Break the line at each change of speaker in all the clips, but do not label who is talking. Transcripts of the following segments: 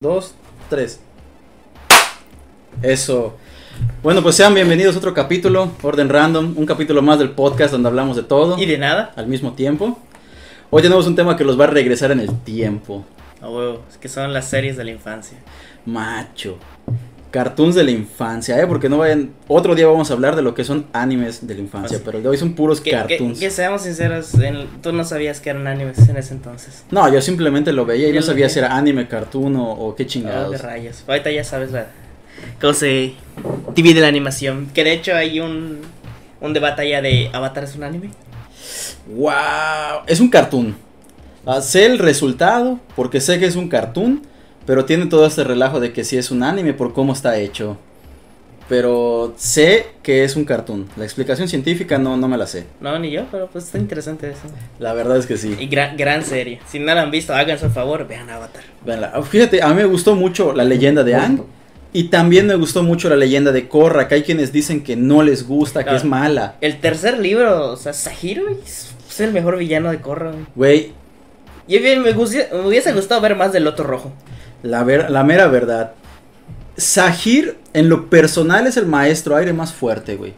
dos, tres. Eso. Bueno, pues sean bienvenidos a otro capítulo, Orden Random, un capítulo más del podcast donde hablamos de todo
Y de nada.
al mismo tiempo. Hoy tenemos un tema que los va a regresar en el tiempo.
A huevo, es que son las series de la infancia.
Macho. Cartoons de la infancia, ¿eh? Porque no vayan... Otro día vamos a hablar de lo que son animes de la infancia,
Así.
pero el de hoy son puros
Que, que,
cartoons.
que seamos sinceros, en- tú no sabías que eran animes en ese entonces.
No, yo simplemente lo veía y no
Yo lo
sabía
veía.
si era anime, cartoon o, o qué
Ah, de
chingados.
rayos. Ahorita ya sabes la cómo se divide la animación. Que de hecho hay un, un debate ya de Avatar es un anime.
¡Wow! Es un cartoon. Ah, sé el resultado porque sé que es un cartoon, pero tiene todo este relajo de que si es un anime por cómo está hecho. Pero sé que es un cartoon. La explicación científica no, no me la sé.
No, ni yo, pero pues está interesante eso.
La verdad es que sí.
Y gran, gran serie. Si no la han visto, háganse el favor, vean Avatar.
Véanla. Ah, Fíjate, a mí me gustó mucho la leyenda de Anne. Y también me gustó mucho la leyenda de Korra, que hay quienes dicen que no les gusta, que
Ah.
es mala.
El tercer libro, o sea, Sahiro es, es el mejor villano de Korra. güey.
Güey,
Y bien, me, gusti- me hubiese gustado ver más del Loto Rojo.
La, ver- la mera verdad. Sahir, en lo personal, es el maestro aire más fuerte, güey.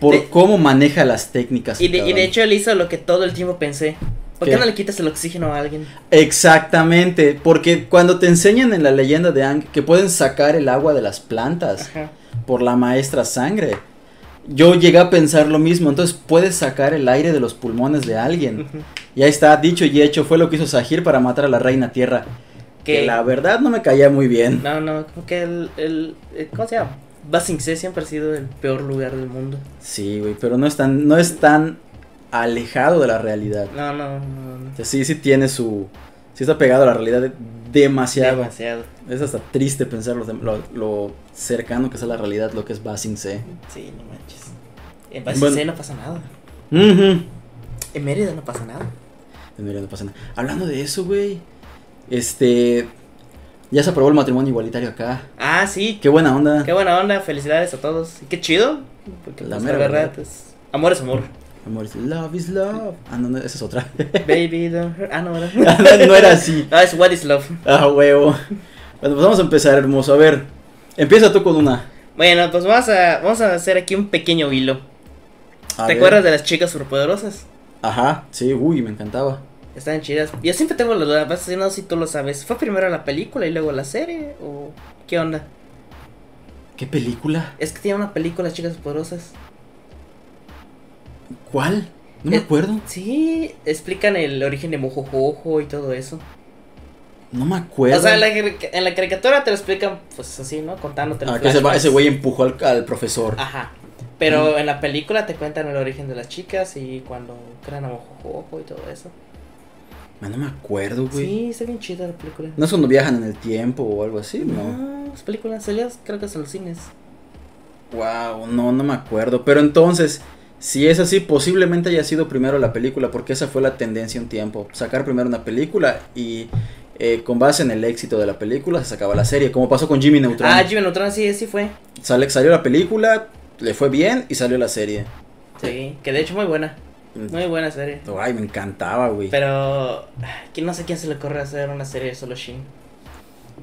Por
De-
cómo maneja las técnicas.
Y de, y de
cabrón.
hecho él hizo lo que todo el tiempo pensé. ¿Por qué
¿Qué?
no le quitas el oxígeno a alguien?
Exactamente, porque cuando te enseñan en la leyenda de Ang que pueden sacar el agua de las plantas
Ajá.
por la maestra sangre, yo llegué a pensar lo mismo. Entonces, puedes sacar el aire de los pulmones de alguien.
Ujú.
Y ahí está, dicho y hecho, fue lo que hizo Sahir para matar a la reina tierra. Que,
Que
la verdad no me caía muy bien.
no, no, como que el, el, el- ¿cómo se llama? Basing C siempre ha sido el peor lugar del mundo.
Sí, güey, pero no es tan, no es tan alejado de la realidad.
No, no, no, no.
O sea, sí, sí tiene su. Sí está pegado a la realidad de- demasiado.
Demasiado.
Es hasta triste pensar lo, lo- lo cercano que es a la realidad lo que es Basing C.
Sí, no manches. En Basing
Bueno.
C no pasa nada.
Ujú.
En Mérida no pasa nada.
En realidad no pasa nada. Hablando de eso, güey. Este. Ya se aprobó el matrimonio igualitario acá.
Ah, sí.
Qué buena onda.
Qué buena onda. Felicidades a todos. Y Qué chido. Porque
La
pues, la
mera
verdad
verdad.
es... Amor es amor.
Amor, es love is love. Ah, no, no, esa es otra.
Baby, don't hurt. Ah, no, ¿verdad?
Ah, no, no era así.
Ah, es What is Love.
Ah, huevo. Bueno, pues vamos a empezar, hermoso. A ver, empieza tú con una.
Bueno, pues vamos a, vamos a hacer aquí un pequeño hilo.
A
¿Te
ver.
acuerdas de las chicas superpoderosas?
Ajá, sí, uy, me encantaba.
Están chidas. Yo siempre tengo la duda, vas a decir, no sé si tú lo sabes. ¿Fue primero la película y luego la serie? ¿O qué onda?
¿Qué película?
Es que tiene una película, las chicas superpoderosas.
¿Cuál? No me
Eh.
acuerdo.
Sí, explican el origen de Mojojojo y todo eso.
No me acuerdo.
O sea, en la, cari- en la caricatura te lo explican, pues así, ¿no? Contándote los
Ah, que ese, va-
flashbacks. Ah.
ese güey empujó al, al profesor.
Ajá. Pero en la película te cuentan el origen de las chicas y cuando crean a Mojojojo y todo eso.
Man, Ah, no me acuerdo, güey.
Sí, está bien chida la película.
No es cuando viajan en el tiempo o algo así, ¿no?
No, las películas salidas pues creo que son los cines.
Wow, no, no me acuerdo. Pero entonces, si es así, posiblemente haya sido primero la película, porque esa fue la tendencia un tiempo. Sacar primero una película y eh, con base en el éxito de la película se sacaba la serie, como pasó con Jimmy Neutron.
Ah, Jimmy Neutron sí, sí fue.
Sale- salió la película, le fue bien y salió la serie.
Sí, que de hecho muy buena.
Mm,
Muy buena serie.
Ay, me encantaba, güey.
Pero ah, que no sé quién se le ocurre hacer una serie de solo Shin.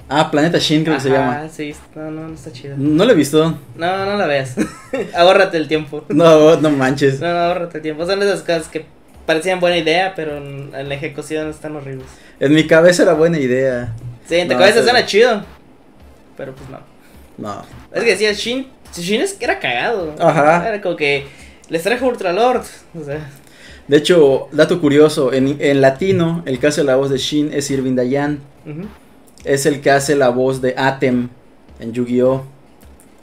Ah, Planeta Shin creo que se llama.
sí, no, no, no está chido.
No lo he visto.
No, no la veas. ahórrate el tiempo. No,
No, no manches.
no, ahórrate el tiempo. Son de esas cosas que parecían buena idea, pero en en la ejecución están horribles.
En mi cabeza era buena idea.
Sí, en tu
No,
cabeza
sí.
suena chido. Pero pues no.
No.
Es que decía Shin. Shin es que era cagado.
Ajá.
Era como que les trajo Ultralord. O sea.
De hecho, dato curioso, en, en latino el que hace la voz de Shin es Irving Dayan.
ujú.
Es el que hace la voz de Atem en Yu-Gi-Oh.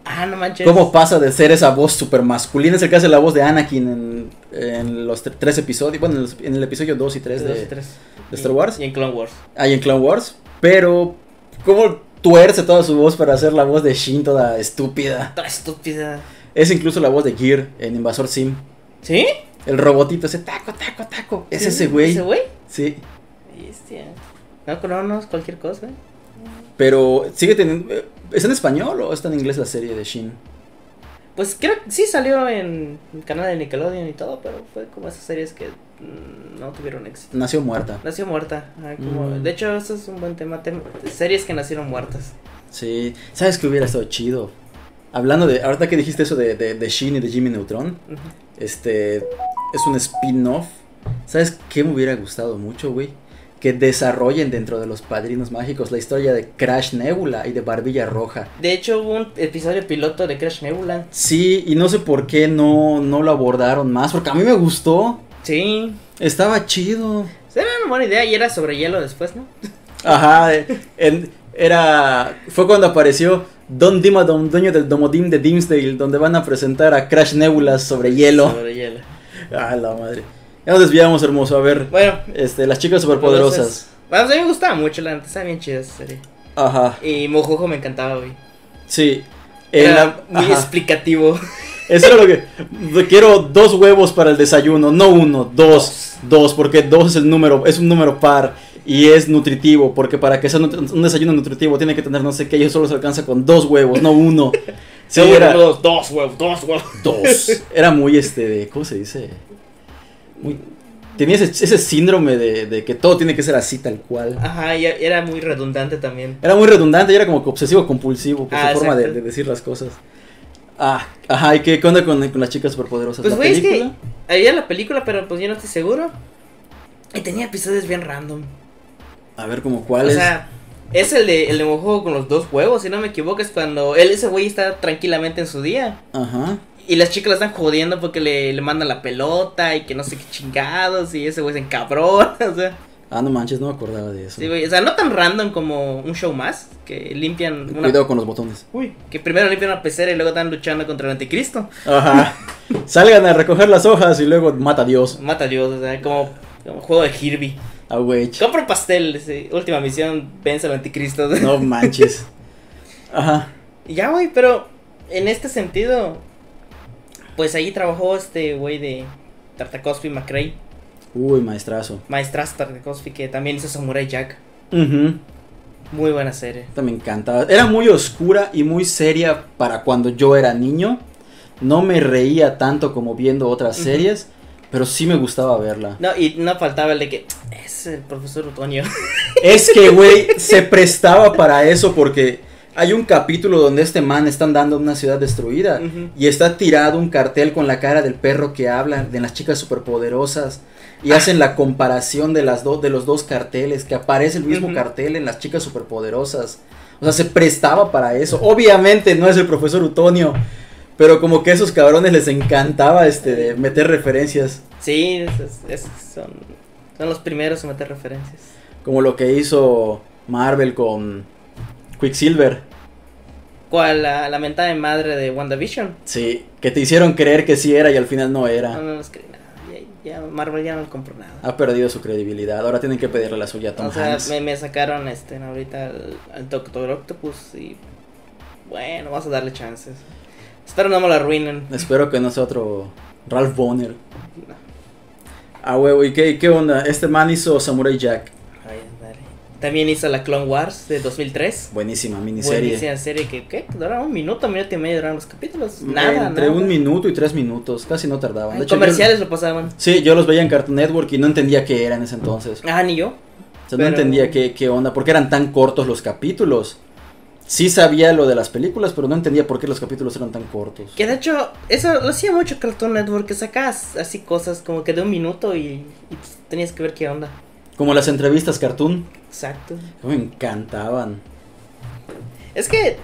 Ah, no manches.
¿Cómo pasa de ser esa voz super masculina? Es el que hace la voz de Anakin en, en los tre- tres episodios. Bueno, en, los- en el episodio 2 y 3
Dos y
de,
tres.
Eh, de Star Wars.
Y en Clone Wars.
Ahí en Clone Wars. Pero, ¿cómo tuerce toda su voz para hacer la voz de Shin toda estúpida?
Toda estúpida.
Es incluso la voz de Gear en Invasor Sim.
¿Sí?
El robotito ese taco, taco, taco. Es
Sí,
ese güey.
¿Ese güey?
Sí.
Bestia. No, con unos cualquier cosa.
Pero sigue teniendo. eh, ¿Es en español o está en inglés la serie de Shin?
Pues creo que sí salió en el canal de Nickelodeon y todo, pero fue como esas series que mm, no tuvieron éxito.
Nació muerta.
Nació muerta. ajá, como-
Mm.
De hecho, eso es un buen tema. tem- series que nacieron muertas.
Sí. ¿Sabes qué hubiera estado chido? Hablando de. Ahorita que dijiste eso de, de, de Shin y de Jimmy Neutron.
Ujú.
Este. Es un spin-off. ¿Sabes qué me hubiera gustado mucho, güey? Que desarrollen dentro de los padrinos mágicos la historia de Crash Nebula y de Barbilla Roja.
De hecho, hubo un episodio piloto de Crash Nebula.
Sí, y no sé por qué no, no lo abordaron más, porque a mí me gustó.
Sí.
Estaba chido.
Era una buena idea y era sobre hielo después, ¿no?
Ajá, eh, en- era. Fue cuando apareció Don Dimadon, dueño del Domodim de Dimsdale, donde van a presentar a Crash Nebula sobre hielo.
Sobre hielo.
Ah, la madre. Ya nos desviamos, hermoso. A ver,
Bueno,
este, las chicas superpoderosas.
Vamos, a mí me gustaba mucho, la neta, estaba bien chida esa serie.
Ajá,
Y Mojojo me encantaba, güey.
sí. En
Era
la-
muy
ajá,
explicativo.
Eso era lo que. Quiero dos huevos para el desayuno, no uno, dos. Dos, porque dos es el número, es un número par y es nutritivo, porque para que sea nut- un desayuno nutritivo tiene que tener no sé qué, y eso solo se alcanza con dos huevos, no uno. Sí,
Luego,
era,
luego, dos huevos, dos huevos.
Dos. Era muy este de. ¿Cómo se dice? Muy- tenía ese, ese síndrome de, de que todo tiene que ser así tal cual.
Ajá, y era muy redundante también.
Era muy redundante y era como que obsesivo compulsivo por
Ah,
su forma de,
exacto.
de decir las cosas. Ah, ajá, ¿y qué, qué onda con, con las chicas superpoderosas?
Pues,
¿La
güey, es que
película?
había la película, pero pues yo no estoy seguro. Y tenía episodios bien random.
A ver, como cuál
o
es.
sea, es el de, el de Mojojo con los dos huevos, si no me equivoco, es cuando él, ese güey está tranquilamente en su día.
Ajá.
Y las chicas la están jodiendo porque le, le mandan la pelota y que no sé qué chingados. Y ese güey se encabrona. O sea,
Ah, no manches, no me acordaba de eso.
sí, güey, o sea, no tan random como un show más. Que limpian una.
Cuidado con los botones.
Uy, que primero limpian una pecera y luego están luchando contra el anticristo.
Ajá. Salgan a recoger las hojas y luego mata a Dios.
Mata a Dios, o sea, como, como juego de Kirby.
Ah, güey.
Compra un pastel, sí, última misión, vence al anticristo.
No manches. Ajá.
Y Ya, güey, pero en este sentido, pues ahí trabajó este güey de Tartakovsky McRae,
Uy, maestrazo.
maestras Tartakovsky, que también hizo Samurai Jack.
Ujú.
Muy buena serie.
Esta me encantaba. Era muy oscura y muy seria para cuando yo era niño. No me reía tanto como viendo otras
Ujú.
series, pero sí me gustaba verla.
No, y no faltaba el de que es el profesor Otoño.
Es que, güey, se prestaba para eso porque hay un capítulo donde este man está andando en una ciudad destruida
Ujú.
y está tirado un cartel con la cara del perro que habla, de las chicas superpoderosas. Y hacen la comparación de, las dos de los dos carteles, que aparece el mismo
Ujú.
cartel en las chicas superpoderosas. O sea, se prestaba para eso. Obviamente no es el profesor Utonio, pero como que a esos cabrones les encantaba este, de meter referencias.
Sí, es- es- es- son, son los primeros en meter referencias.
Como lo que hizo Marvel con Quicksilver.
¿Cuál? La, la mentada de madre de WandaVision.
Sí, que te hicieron creer que sí era y al final no
No,
era.
no nos cree nada. Ya, ya Marvel ya no compró nada.
Ha perdido su credibilidad. Ahora tienen que pedirle la suya a Ah, Tom
O sea,
Hanks.
me, me sacaron este ahorita al, al Doctor Octopus y bueno, vamos a darle chances. Espero no me lo arruinen.
Espero que no sea otro Ralph Bonner.
No.
Ah, huevo, ¿y qué, qué onda? Este man hizo Samurai Jack.
Ay, dale. También hizo la Clone Wars de 2003.
Buenísima miniserie.
Buenísima serie que, ¿qué? Duraba un minuto, minuto y medio duraban los capítulos.
M-
Nada,
Entre
nada.
un minuto y tres minutos. Casi no tardaban.
En
De hecho,
comerciales lo pasaban.
yo- sí, yo los veía en Cartoon Network y no entendía qué era en ese entonces.
Ah, ni yo.
O sea, no
Pero-
entendía qué, qué onda, porque eran tan cortos los capítulos. Sí sabía lo de las películas, pero no entendía por qué los capítulos eran tan cortos.
Que de hecho, eso lo hacía mucho Cartoon Network, que sacas así cosas como que de un minuto y, y tenías que ver qué onda.
Como las entrevistas cartoon.
Exacto.
Me encantaban.
Es que,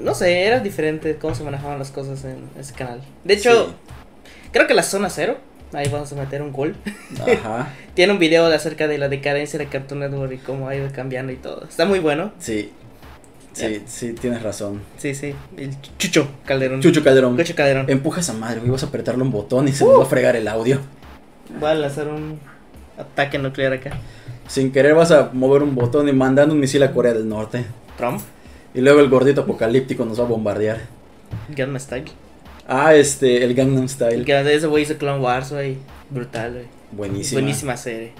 no sé, era diferente cómo se manejaban las cosas en ese canal. De hecho, creo que la zona cero, ahí vamos a meter un gol,
Sí, Ajá.
tiene un video de acerca de la decadencia de Cartoon Network y cómo ha ido cambiando y todo. Está muy bueno.
Sí. Sí, sí, tienes razón.
Sí, sí. El Chucho Calderón.
Chucho Calderón.
Chucho Calderón.
Empuja esa madre, güey. Vas a apretarle un botón y se
Uh.
nos va a fregar el audio.
Voy a lanzar un ataque nuclear acá.
Sin querer vas a mover un botón y mandando un misil a Corea del Norte.
Trump,
Y luego el gordito apocalíptico nos va a bombardear.
Gangnam Style.
Ah, este, el Gangnam Style.
El que ese güey hizo Clone Wars, güey. Brutal, güey.
Buenísima.
Buenísima serie.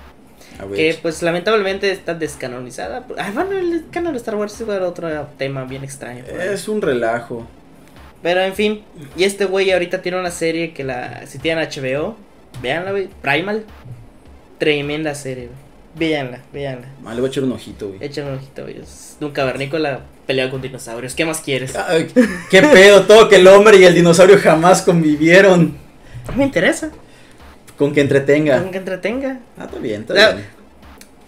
A ver.
Que pues lamentablemente está descanonizada. Ah, bueno, el canal de Star Wars es otro tema bien extraño. por ahí.
Es un relajo.
Pero en fin, y este güey ahorita tiene una serie que la. Si tienen HBO, véanla, güey. Primal. Tremenda serie, güey. Véanla, véanla.
Ah, le voy a echar un ojito, güey.
Échale un ojito, güey. Es de un cavernícola pelea con dinosaurios. ¿Qué más quieres?
Ay, qué pedo, todo que el hombre y el dinosaurio jamás convivieron.
No me interesa.
Con que entretenga.
Aunque entretenga.
Ah, está bien, está
La-
bien.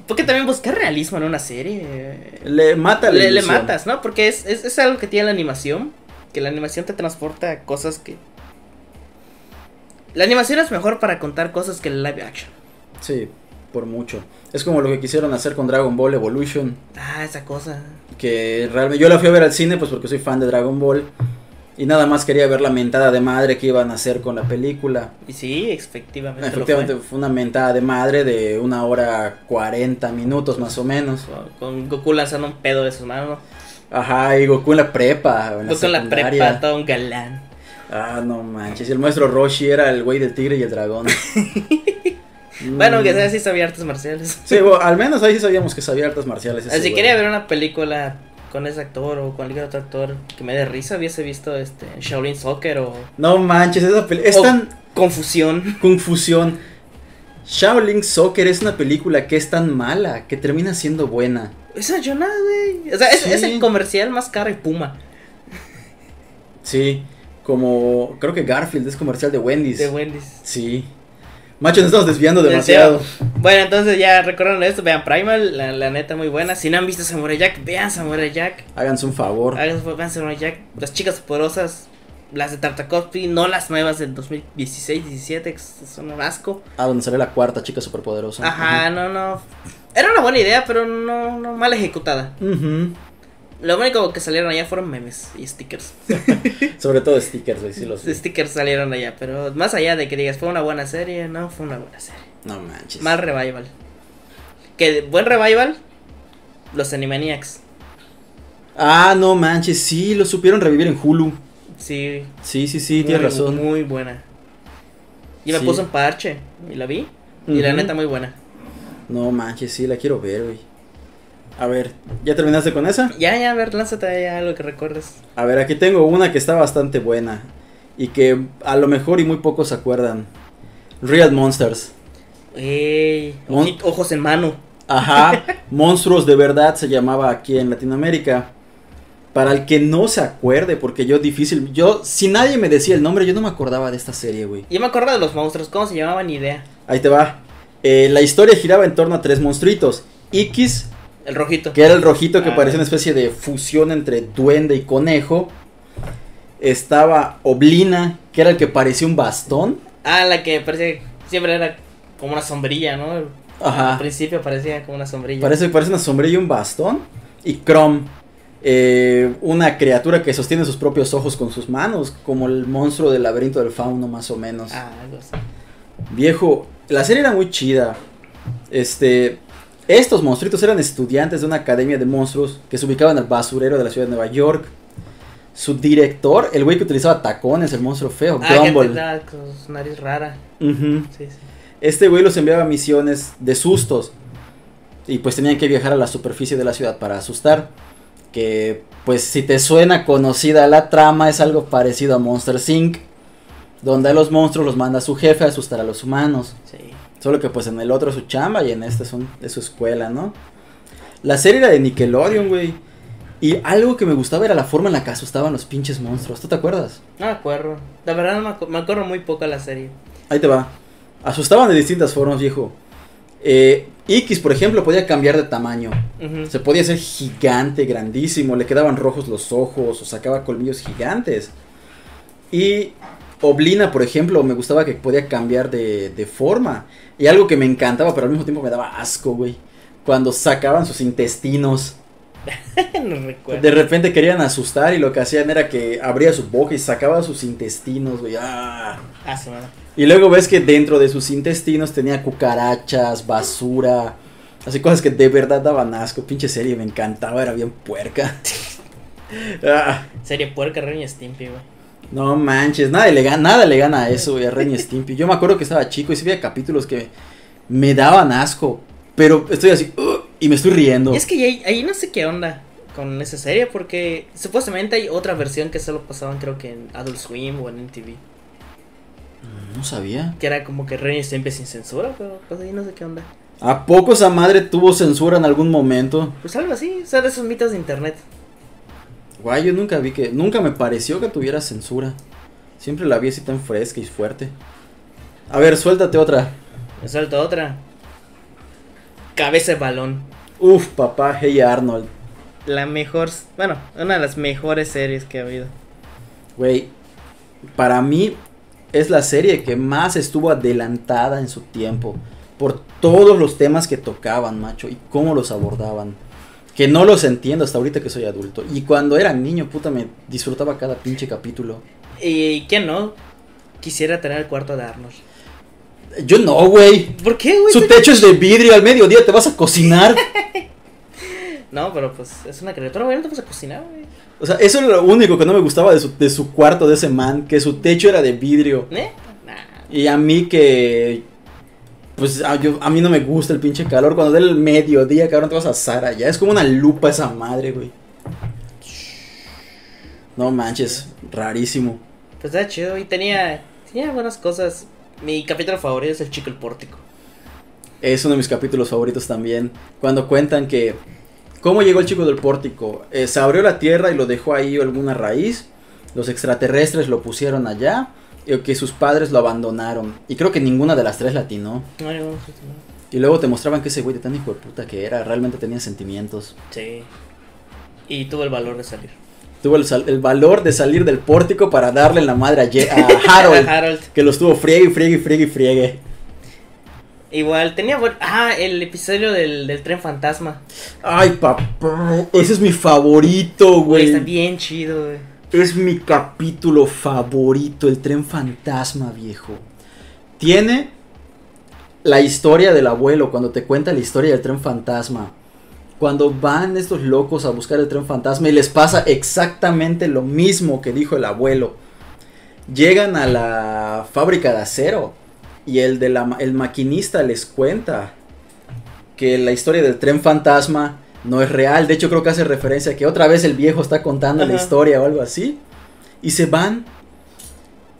Porque también buscar realismo en una serie. eh,
Le mata la
le, le
ilusión.
matas, ¿no? Porque es, es, es algo que tiene la animación. Que la animación te transporta a cosas que. La animación es mejor para contar cosas que el live action.
Sí, por mucho. Es como lo que quisieron hacer con Dragon Ball Evolution.
Ah, esa cosa.
Que realmente yo la fui a ver al cine, pues porque soy fan de Dragon Ball. Y nada más quería ver la mentada de madre que iban a hacer con la película.
Y sí, efectivamente. lo fue.
Efectivamente, fue una mentada de madre de una hora 40 minutos más o menos.
Con- Con Goku lanzando un pedo de sus manos.
Ajá, y Goku en la prepa. En la
Goku en la
secundaria.
prepa, todo un galán.
Ah, no manches. y El maestro Roshi era el güey del tigre y el dragón. Mm.
Bueno, que sea, sí sabía artes marciales.
Sí, bueno, al menos ahí sí sabíamos que sabía artes marciales. ese
Así
güey.
quería ver una película con ese actor o con cualquier otro actor que me dé risa, hubiese visto este Shaolin Soccer o
No manches, esa peli- Es
O-
tan
Confusión.
confusión. Shaolin Soccer es una película que es tan mala que termina siendo buena.
Esa yo nada, güey. O sea, es,
Sí.
es el comercial más caro y Puma
Sí, como creo que Garfield es comercial de Wendy's.
de Wendy's.
sí. Macho, nos estamos desviando
Demasiado.
demasiado.
Bueno, entonces ya recuerdan esto, vean Primal, la, la neta muy buena. Si no han visto Samurai Jack, vean Samurai Jack.
Háganse un favor.
Hagan- vean Samurai Jack. Las chicas poderosas, las de Tartakovsky, no las nuevas del 2016-17, que son un asco.
Ah, donde sale la cuarta chica superpoderosa.
Ajá, no, no. Era una buena idea, pero no, no mal ejecutada.
Ujú.
Lo único que salieron allá fueron memes y stickers.
Sobre todo stickers, güey, sí los vi.
Stickers salieron allá, pero más allá de que digas fue una buena serie, no fue una buena serie.
No manches.
Mal revival. Que buen revival, los Animaniacs.
Ah, no manches, sí, lo supieron revivir en Hulu.
Sí,
Sí, sí, sí,
muy,
tienes razón.
Muy buena. Y me
Sí.
puse un parche y la vi. Y la
Ujú.
neta, muy buena.
No manches, sí, la quiero ver, güey. A ver, ¿ya terminaste con esa?
Ya, ya, a ver, lánzate ahí algo que recuerdes.
A ver, aquí tengo una que está bastante buena y que a lo mejor y muy pocos se acuerdan. Real Monsters.
Ey,
Mon-
oji- ojos en mano.
Ajá, Monstruos de verdad se llamaba aquí en Latinoamérica. Para el que no se acuerde, porque yo difícil, yo si nadie me decía el nombre, yo no me acordaba de esta serie, güey.
Yo me acuerdo de los monstruos, ¿cómo se llamaban? Ni idea.
Ahí te va. Eh, la historia giraba en torno a tres monstruitos. Ikis,
El rojito.
que era el rojito que
Ah.
parecía una especie de fusión entre duende y conejo. Estaba Oblina, que era el que parecía un bastón.
Ah, la que parecía, siempre era como una sombrilla, ¿no? Al
Ajá.
principio parecía como una sombrilla.
Parece, parece una sombrilla y un bastón. Y Crom, eh, una criatura que sostiene sus propios ojos con sus manos, como el monstruo del laberinto del fauno, más o menos.
Ah, algo así.
Viejo, la serie era muy chida. Este, estos monstruitos eran estudiantes de una academia de monstruos que se ubicaban al basurero de la ciudad de Nueva York. Su director, el güey que utilizaba tacones, el monstruo feo,
Ah, que
Gumball.
tenía con su nariz rara.
Ujú.
Sí, sí.
Este güey los enviaba a misiones de sustos. Y pues tenían que viajar a la superficie de la ciudad para asustar. Que pues si te suena conocida la trama es algo parecido a Monster Inc. Donde a los monstruos los manda su jefe a asustar a los humanos.
sí.
Solo que pues en el otro es su chamba y en este son de su escuela, ¿no? La serie era de Nickelodeon, güey. Y algo que me gustaba era la forma en la que asustaban los pinches monstruos. ¿Tú te acuerdas?
No me acuerdo. La verdad no me, acu- me acuerdo muy poco de la serie.
Ahí te va. Asustaban de distintas formas, viejo. Eh, X, por ejemplo, podía cambiar de tamaño.
Ujú.
Se podía hacer gigante, grandísimo. Le quedaban rojos los ojos o sacaba colmillos gigantes. Y Oblina, por ejemplo, me gustaba que podía cambiar de, de forma. Y algo que me encantaba, pero al mismo tiempo me daba asco, güey. Cuando sacaban sus intestinos.
no recuerdo.
De repente querían asustar y lo que hacían era que abría su boca y sacaba sus intestinos, güey. ¡Ah!
Ah, su madre.
Y luego ves que dentro de sus intestinos tenía cucarachas, basura, así cosas que de verdad daban asco. Pinche serie, me encantaba, era bien puerca. Ah,
Serie puerca, Ren y Stimpy, güey.
no manches, nada le, gana, nada le gana a eso, güey, a Ren y Stimpy. Yo me acuerdo que estaba chico y sí había capítulos que me daban asco, pero estoy así, "Ugh", y me estoy riendo.
Y es que ahí, ahí no sé qué onda. con esa serie porque supuestamente hay otra versión que solo pasaban creo que en Adult Swim o en MTV.
No sabía.
Que era como que Rey siempre sin censura, pero pues ahí no sé qué onda.
¿A poco esa madre tuvo censura en algún momento?
Pues algo así, o sea, de esos mitos de internet.
Guay, yo nunca vi que. Nunca me pareció que tuviera censura. Siempre la vi así tan fresca y fuerte. A ver, suéltate otra.
Me salto otra. Cabeza de balón.
Uf, papá, hey Arnold.
La mejor, bueno, una de las mejores series que ha habido.
Güey, para mí es la serie que más estuvo adelantada en su tiempo. Por todos los temas que tocaban, macho, y cómo los abordaban. Que no los entiendo hasta ahorita que soy adulto. Y cuando era niño, puta, me disfrutaba cada pinche capítulo.
¿Y quién no? Quisiera tener el cuarto de Arnold.
Yo no, güey.
¿Por qué, güey?
Su techo es de vidrio, al mediodía te vas a cocinar.
No, pero pues es una criatura, güey, no te vas a cocinar, güey.
O sea, eso era lo único que no me gustaba de su, de su cuarto de ese man, que su techo era de vidrio.
¿Eh? Nah.
Y a mí que... Pues a, yo- a mí no me gusta el pinche calor. Cuando del mediodía, cabrón, te vas a Sara ya. Es como una lupa esa madre, güey. No manches, rarísimo.
Pues está chido y tenía, tenía buenas cosas. Mi capítulo favorito es el chico el pórtico.
Es uno de mis capítulos favoritos también. Cuando cuentan que. ¿Cómo llegó el chico del pórtico? Eh, se abrió la tierra y lo dejó ahí alguna raíz. Los extraterrestres lo pusieron allá. Y que sus padres lo abandonaron. Y creo que ninguna de las tres latinó.
Ay, no, sí,
Y luego te mostraban que ese güey de tan hijo de puta que era. Realmente tenía sentimientos.
Sí. Y tuvo el valor de salir.
Tuvo el, sal- el valor de salir del pórtico para darle en la madre a, Ye- a Harold.
Harold.
que lo estuvo friegue y friegue y friegue y friegue.
Igual, tenía buen... Ah, el episodio del, del tren fantasma.
Ay, papá. Ese es mi favorito,
Güey,
güey.
está bien chido, güey.
Es mi capítulo favorito, el tren fantasma, viejo. Tiene la historia del abuelo, cuando te cuenta la historia del tren fantasma. Cuando van estos locos a buscar el tren fantasma y les pasa exactamente lo mismo que dijo el abuelo. Llegan a la fábrica de acero y el, de la ma- el maquinista les cuenta que la historia del tren fantasma no es real. De hecho, creo que hace referencia a que otra vez el viejo está contando la
Ajá.
historia o algo así. Y se van.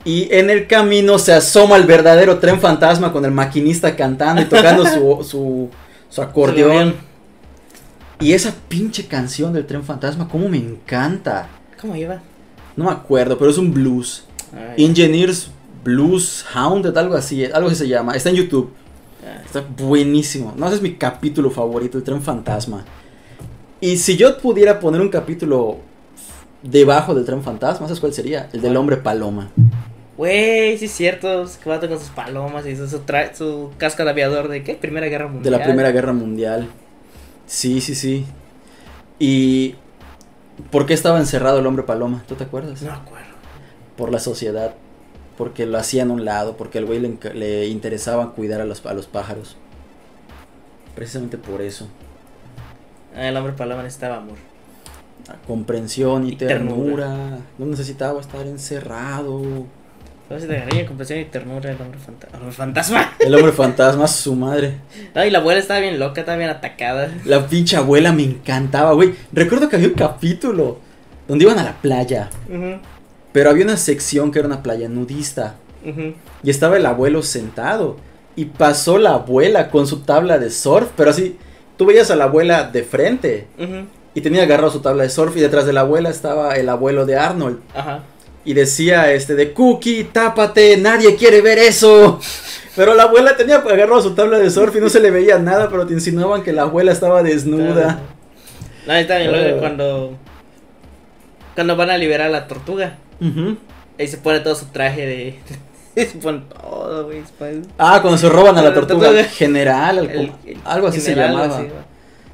Y en el camino se asoma el verdadero tren fantasma con el maquinista cantando y tocando su, su, su acordeón. Y esa pinche canción del tren fantasma, cómo me encanta.
¿Cómo iba?
No me acuerdo, pero es un blues.
Ay,
Engineers Blues Hounded, algo así, algo así se llama. Está en YouTube.
ay.
Está buenísimo. No, ese es mi capítulo favorito, el tren fantasma. Y si yo pudiera poner un capítulo debajo del tren fantasma, ¿sabes cuál sería? El del hombre paloma.
Güey, sí es cierto, se va con sus palomas y su, su, tra- su casca de aviador de qué? Primera Guerra Mundial.
De la Primera Guerra Mundial. Sí, sí, sí. ¿Y por qué estaba encerrado el hombre paloma? ¿Tú te acuerdas?
No me acuerdo.
Por la sociedad. Porque lo hacían a un lado, porque al güey le, enca- le interesaba cuidar a los, a los pájaros. Precisamente por eso.
Ah, El hombre paloma necesitaba amor.
comprensión y,
Y
ternura. No necesitaba estar encerrado.
Entonces de cariño, compasión y ternura el hombre, fanta- el hombre fantasma.
El hombre fantasma, su madre.
Ay, la abuela estaba bien loca, estaba bien atacada.
La pinche abuela me encantaba, güey. Recuerdo que había un capítulo donde iban a la playa,
Ujú,
pero había una sección que era una playa nudista
ujú.
y estaba el abuelo sentado y pasó la abuela con su tabla de surf, pero así tú veías a la abuela de frente
Ujú,
y tenía agarrado su tabla de surf y detrás de la abuela estaba el abuelo de Arnold.
Ajá.
Y decía este de Cookie, tápate, nadie quiere ver eso. Pero la abuela tenía agarrado su tabla de surf y no se le veía nada, pero te insinuaban que la abuela estaba desnuda.
No, está bien loca
Ah.
cuando. Cuando van a liberar a la tortuga.
Ujú.
Ahí se pone todo su traje de. se pone todo, güey. se pone-
Ah, cuando se roban a la
La
tortuga
tortuga.
general, al-
el- el
algo así
general,
se llamaba.
así, güey.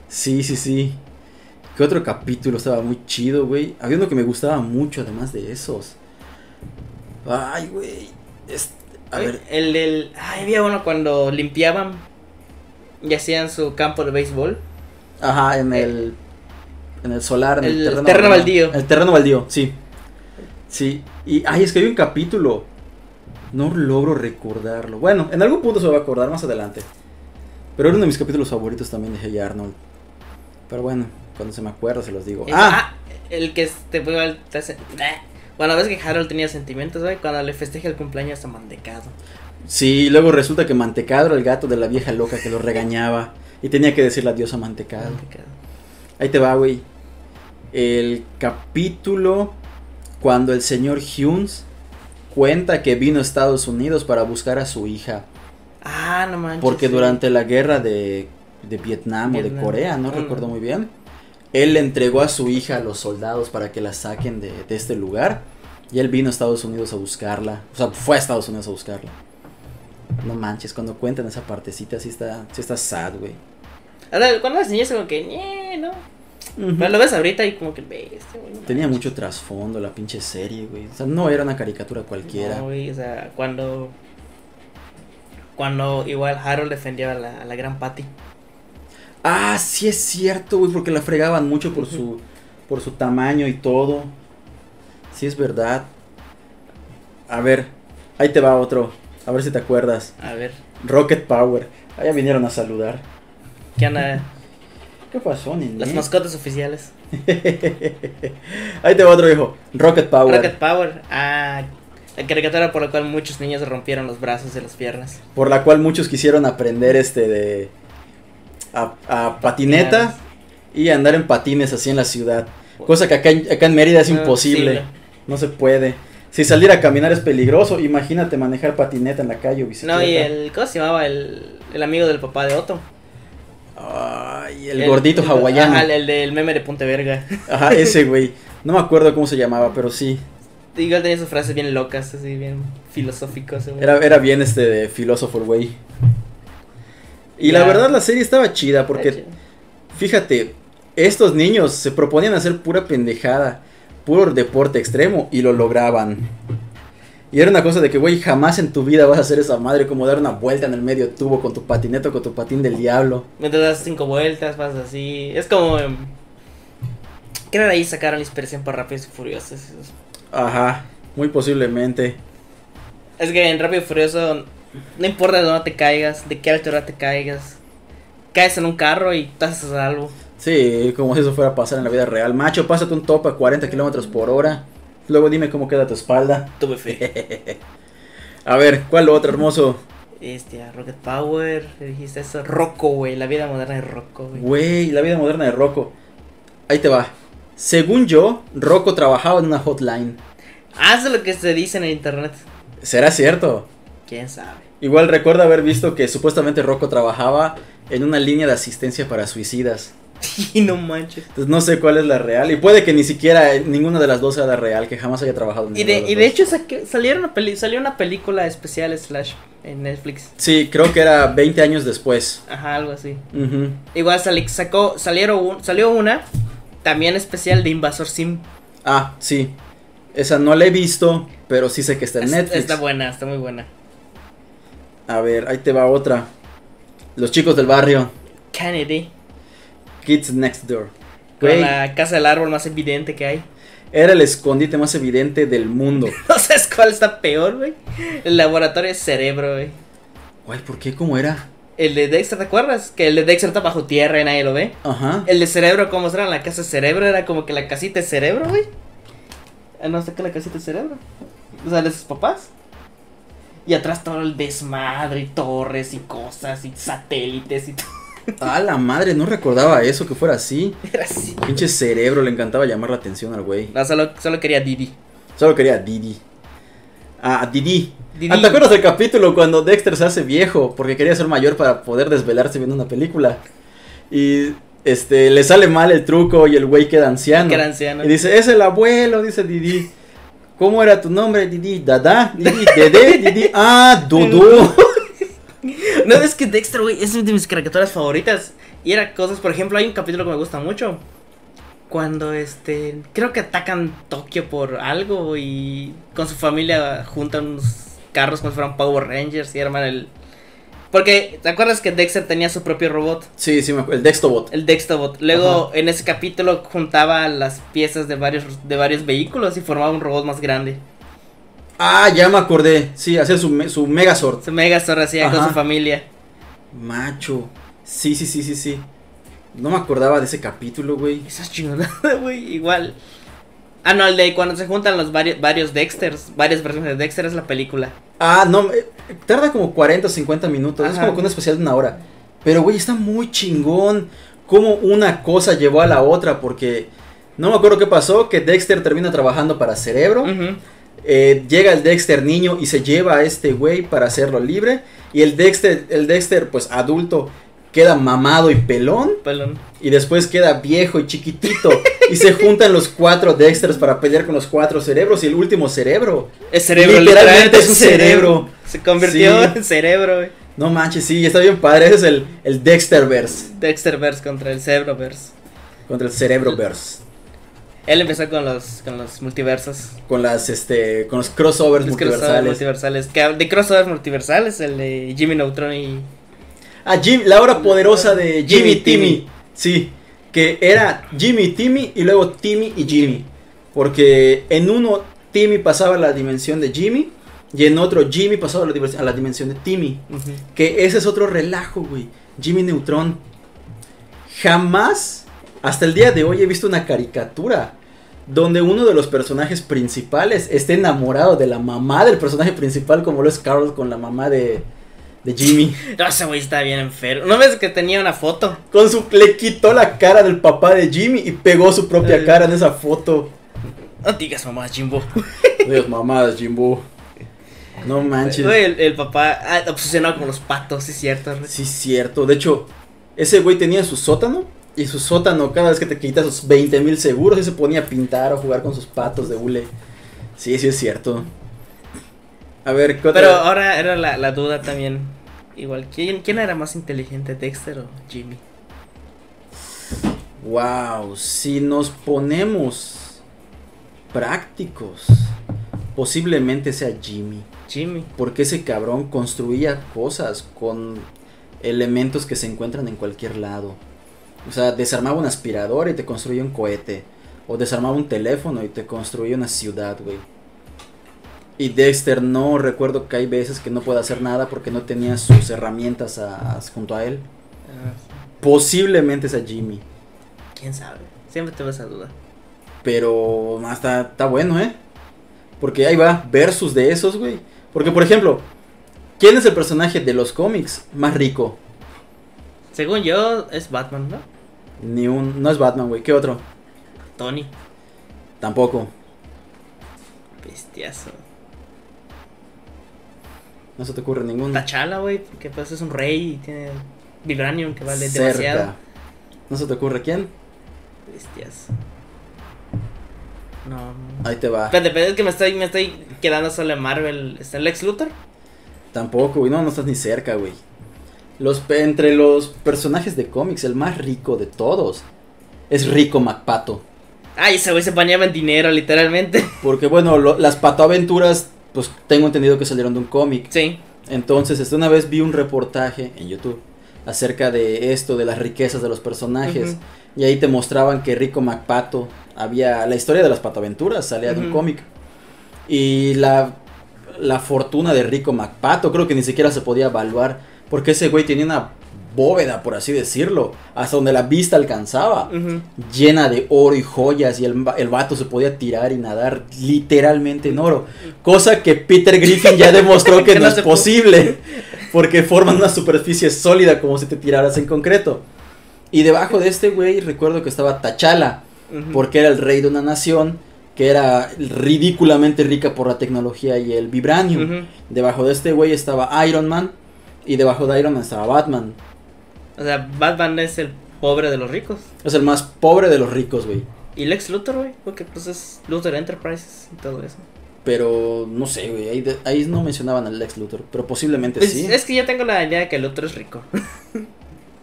Sí, sí, sí. ¿Qué otro capítulo estaba muy chido, güey? Había uno que me gustaba mucho, además de esos. Ay, güey. Este- a
Ay,
ver,
El del. Ay, había uno cuando limpiaban y hacían su campo de béisbol.
ajá, en el. En el solar, en el,
el terreno baldío.
El terreno baldío, sí. Sí. Y, ay, es que hay un capítulo. No logro recordarlo. Bueno, en algún punto se va a acordar más adelante. Pero era uno de mis capítulos favoritos también de Hey Arnold. Pero bueno, Cuando se me acuerda se los digo.
El-
¡Ah!
El que te fue al- te hace- Bleh. Bueno, ves que Harold tenía sentimientos, güey. Cuando le festeja el cumpleaños a Mantecado.
Sí, y luego resulta que Mantecado era el gato de la vieja loca que lo regañaba. Y tenía que decirle adiós a Mantecado.
Mantecado.
Ahí te va, güey. El capítulo cuando el señor Humes cuenta que vino a Estados Unidos para buscar a su hija.
Ah, no manches.
Porque
sí.
durante la guerra de, de Vietnam, o de
Vietnam.
Corea, no
Mm.
recuerdo muy bien, él le entregó a su hija a los soldados para que la saquen de, de este lugar. Y él vino a Estados Unidos a buscarla. O sea, fue a Estados Unidos a buscarla. No manches, cuando cuentan esa partecita, sí está, sí está sad, güey.
O sea, cuando las niñas como que, "Ñe", ¿no? Pero lo ves ahorita y como que, ve, este güey. no
Tenía
manches".
mucho trasfondo la pinche serie, güey. O sea, no era una caricatura cualquiera.
No, güey, o sea, cuando. Cuando igual Harold defendió a la, a la gran Patty.
Ah, sí es cierto, güey, porque la fregaban mucho por su por su tamaño y todo. Sí es verdad. A ver, ahí te va otro. A ver si te acuerdas.
A ver,
Rocket Power. Allá vinieron a saludar.
¿qué onda?
¿Qué pasó, niña?
Las mascotas oficiales.
ahí te va otro hijo. Rocket Power.
Rocket Power. Ah, la caricatura por la cual muchos niños rompieron los brazos y las piernas.
Por la cual muchos quisieron aprender este de a, a patineta y andar en patines así en la ciudad. Cosa que acá en, acá en Mérida es
No,
imposible.
sí,
No se puede. Si salir a caminar es peligroso, imagínate manejar patineta en la calle o
No,
bicicleta.
No, y el. ¿Cómo se llamaba? El, el amigo del papá de Otto.
Ay, el, gordito hawaiano.
Ajá,
Ajá,
el, el del meme de Punta Verga.
ese güey. No me acuerdo cómo se llamaba, pero sí.
Igual tenía sus frases bien locas, así, bien filosóficas. güey.
Era, era bien este de filósofo el güey. Y la
Ya.
verdad la serie estaba chida
Está
porque,
chido.
fíjate, estos niños se proponían hacer pura pendejada, puro deporte extremo y lo lograban. Y era una cosa de que, güey, jamás en tu vida vas a hacer esa madre como dar una vuelta en el medio tubo con tu patineta o con tu patín del diablo.
Mientras das cinco vueltas, vas así. Es como. em, Creo que ahí sacaron la inspiración para Rápidos y Furiosos.
Ajá, muy posiblemente.
Es que en Rápido y Furioso, no importa de dónde te caigas, de qué altura te caigas, caes en un carro y estás a salvo.
Sí, como si eso fuera a pasar en la vida real. Macho, pásate un top a 40 kilómetros por hora. Luego dime cómo queda tu espalda.
Tuve fe.
A ver, ¿cuál otro hermoso?
Este, Rocket Power, dijiste eso. Rocco, güey, la vida moderna de Rocco, güey.
Güey, la vida moderna de Rocco. Ahí te va. Según yo, Rocco trabajaba en una hotline.
Haz lo que se dice en el internet.
¿Será cierto?
Quién sabe.
Igual recuerdo haber visto que supuestamente Rocco trabajaba en una línea de asistencia para suicidas.
Y no manches.
Entonces no sé cuál es la real. Y puede que ni siquiera eh, ninguna de las dos sea la real, que jamás haya trabajado en
Y
ninguna
de,
las
y de
dos.
hecho saqué- salieron una peli- salió una película especial slash en Netflix.
Sí, creo que era 20 años después.
Ajá, algo así.
Ujú.
Igual sali- sacó, salieron un- salió una también especial de Invasor Sim.
Ah, sí. Esa no la he visto, pero sí sé que está en
Es-
Netflix.
Está buena, está muy buena.
A ver, ahí te va otra. Los chicos del barrio.
Kennedy.
Kids Next Door.
Con
Güey,
la casa del árbol más evidente que hay.
era el escondite más evidente del mundo.
No sabes cuál está peor, güey. El laboratorio de cerebro, güey.
Güey, ¿por qué? ¿Cómo era?
El de Dexter, ¿te acuerdas? Que el de Dexter está bajo tierra y nadie lo ve.
Ajá.
El de cerebro, ¿cómo será? La casa de cerebro era como que la casita de cerebro, güey. Ah, No sé qué la casita de cerebro. O sea, de sus papás. Y atrás todo el desmadre y torres y cosas y satélites y todo.
A la madre, no recordaba eso, que fuera así.
Era así.
Pinche cerebro, le encantaba llamar la atención al güey.
No, solo, solo quería Didi.
Solo quería a Didi. Ah, a Didi.
Didi.
Ah, ¿Te acuerdas del capítulo cuando Dexter se hace viejo porque quería ser mayor para poder desvelarse viendo una película? Y este le sale mal el truco y el güey queda anciano.
Que era anciano.
Y dice, es el abuelo, dice Didi. ¿Cómo era tu nombre, Didi? Dada, Didi, Dede, Didi. Ah, Dudu.
No, es que Dexter, güey, es de mis caricaturas favoritas. Y era cosas, por ejemplo, hay un capítulo que me gusta mucho. Cuando este. Creo que atacan Tokio por algo y con su familia juntan unos carros como si fueran Power Rangers y arman el. Porque, ¿te acuerdas que Dexter tenía su propio robot?
Sí, sí, me acuerdo. El Dextobot.
El Dextobot. Luego, en ese capítulo, juntaba las piezas de varios, de varios vehículos y formaba un robot más grande.
Ah, ya me acordé. Sí, hacía su, me- su Megazord.
Su Megazord hacía con
Ajá.
su familia.
Macho. Sí, sí, sí, sí, sí. No me acordaba de ese capítulo, güey.
Esa chingonada, güey, igual. Ah, no, el de cuando se juntan los varios, varios Dexters, varias versiones de Dexter es la película.
Ah, no, eh, tarda como 40 o 50 minutos, es
Ajá.
como que un especial de una hora. Pero, güey, está muy chingón cómo una cosa llevó a la otra, porque no me acuerdo qué pasó, que Dexter termina trabajando para Cerebro,
Ujú.
eh, llega el Dexter niño y se lleva a este güey para hacerlo libre, y el Dexter, el Dexter, pues adulto, queda mamado y pelón,
Pelón.
y después queda viejo y chiquitito, y se juntan los cuatro Dexters para pelear con los cuatro cerebros, y el último cerebro
Es cerebro,
Literalmente
literalmente
es un cerebro.
Se convirtió
Sí.
en cerebro, güey.
No manches, sí, está bien padre. Ese es el, el Dexterverse
Dexterverse contra el Cerebroverse.
contra el Cerebroverse.
Él empezó con los, con los multiversos.
Con las este. con los crossovers
Los crossovers
multiversales.
multiversales. Que hab- de crossovers multiversales, el de Jimmy Neutron y.
Ah, Jim- la hora poderosa de Jimmy
Jimmy
Timmy.
Timmy.
Sí. Que era Jimmy Timmy y luego Timmy y Jimmy. Porque en uno Timmy pasaba a la dimensión de Jimmy. Y en otro Jimmy pasaba a la, divers- a la dimensión de Timmy.
Ujú.
Que ese es otro relajo, güey. Jimmy Neutron. Jamás, hasta el día de hoy, he visto una caricatura donde uno de los personajes principales esté enamorado de la mamá del personaje principal, como lo es Carol con la mamá de, de Jimmy.
No, ese güey está bien enfermo. ¿No ves que tenía una foto?
Con su, le quitó la cara del papá de Jimmy y pegó su propia
Eh.
cara en esa foto.
No digas mamá, Jimbo.
Dios, mamadas, Jimbo. No manches.
Güey, el, el papá ah, obsesionado con los patos, sí, es cierto.
Sí, cierto. De hecho, ese güey tenía su sótano. Y su sótano, cada vez que te quitas sus 20 mil seguros, y se ponía a pintar o jugar con sus patos de hule. Sí, sí, es cierto. A ver, ¿qué otra?
Pero ah. ahora era la, la duda también. Igual, ¿quién, ¿quién era más inteligente, Dexter o Jimmy?
Wow, si nos ponemos prácticos, posiblemente sea Jimmy.
Jimmy.
Porque ese cabrón construía cosas con elementos que se encuentran en cualquier lado. O sea, desarmaba un aspirador y te construía un cohete. O desarmaba un teléfono y te construía una ciudad, güey. Y Dexter no recuerdo que hay veces que no puede hacer nada porque no tenía sus herramientas a- a- junto a él.
Ah, sí.
Posiblemente es a Jimmy.
¿Quién sabe? Siempre tuve esa duda.
Pero no, está, está bueno, ¿eh? Porque ahí va, versus de esos, güey. Porque, por ejemplo, ¿quién es el personaje de los cómics más rico?
Según yo, es Batman, ¿no?
Ni un. No es Batman, güey. ¿Qué otro?
Tony.
Tampoco.
Bestiazo.
No se te ocurre ninguno.
Tachala, güey, porque pues es un rey y tiene Vibranium que vale
Cerca.
demasiado.
No se te ocurre quién.
Bestiazo. No.
Ahí te va.
Espérate, pero es que me estoy, me estoy quedando solo en Marvel. ¿Está el Lex Luthor?
Tampoco, güey. No, no estás ni cerca, güey. Los, pe- entre los personajes de cómics, el más rico de todos es Rico MacPato.
Ay, ese güey se bañaba en dinero, literalmente.
Porque, bueno, lo- las patoaventuras, pues tengo entendido que salieron de un cómic.
Sí.
Entonces, este, una vez vi un reportaje en YouTube acerca de esto, de las riquezas de los personajes.
Ujú.
Y ahí te mostraban que Rico MacPato había. La historia de las pataventuras salía de un
Ujú.
cómic. Y la, la fortuna de Rico MacPato, creo que ni siquiera se podía evaluar. Porque ese güey tenía una bóveda, por así decirlo, hasta donde la vista alcanzaba
Ujú.
llena de oro y joyas y el, va- el vato se podía tirar y nadar literalmente en oro. Cosa que Peter Griffin ya demostró que
Que
no
no
es
se pu-
posible porque forman una superficie sólida como si te tiraras en concreto. Y debajo de este güey recuerdo que estaba Tachala
Ujú.
porque era el rey de una nación que era ridículamente rica por la tecnología y el vibranium.
Ujú.
Debajo de este güey estaba Iron Man y debajo de Iron Man estaba Batman.
O sea, Batman es el pobre de los ricos.
Es el más pobre de los ricos, güey.
Y Lex Luthor, güey, porque pues es Luthor Enterprises y todo eso.
Pero no sé, güey. Ahí, de- ahí no mencionaban al Lex Luthor. Pero posiblemente
Pues,
sí.
Es que yo tengo la idea de que Luthor es rico.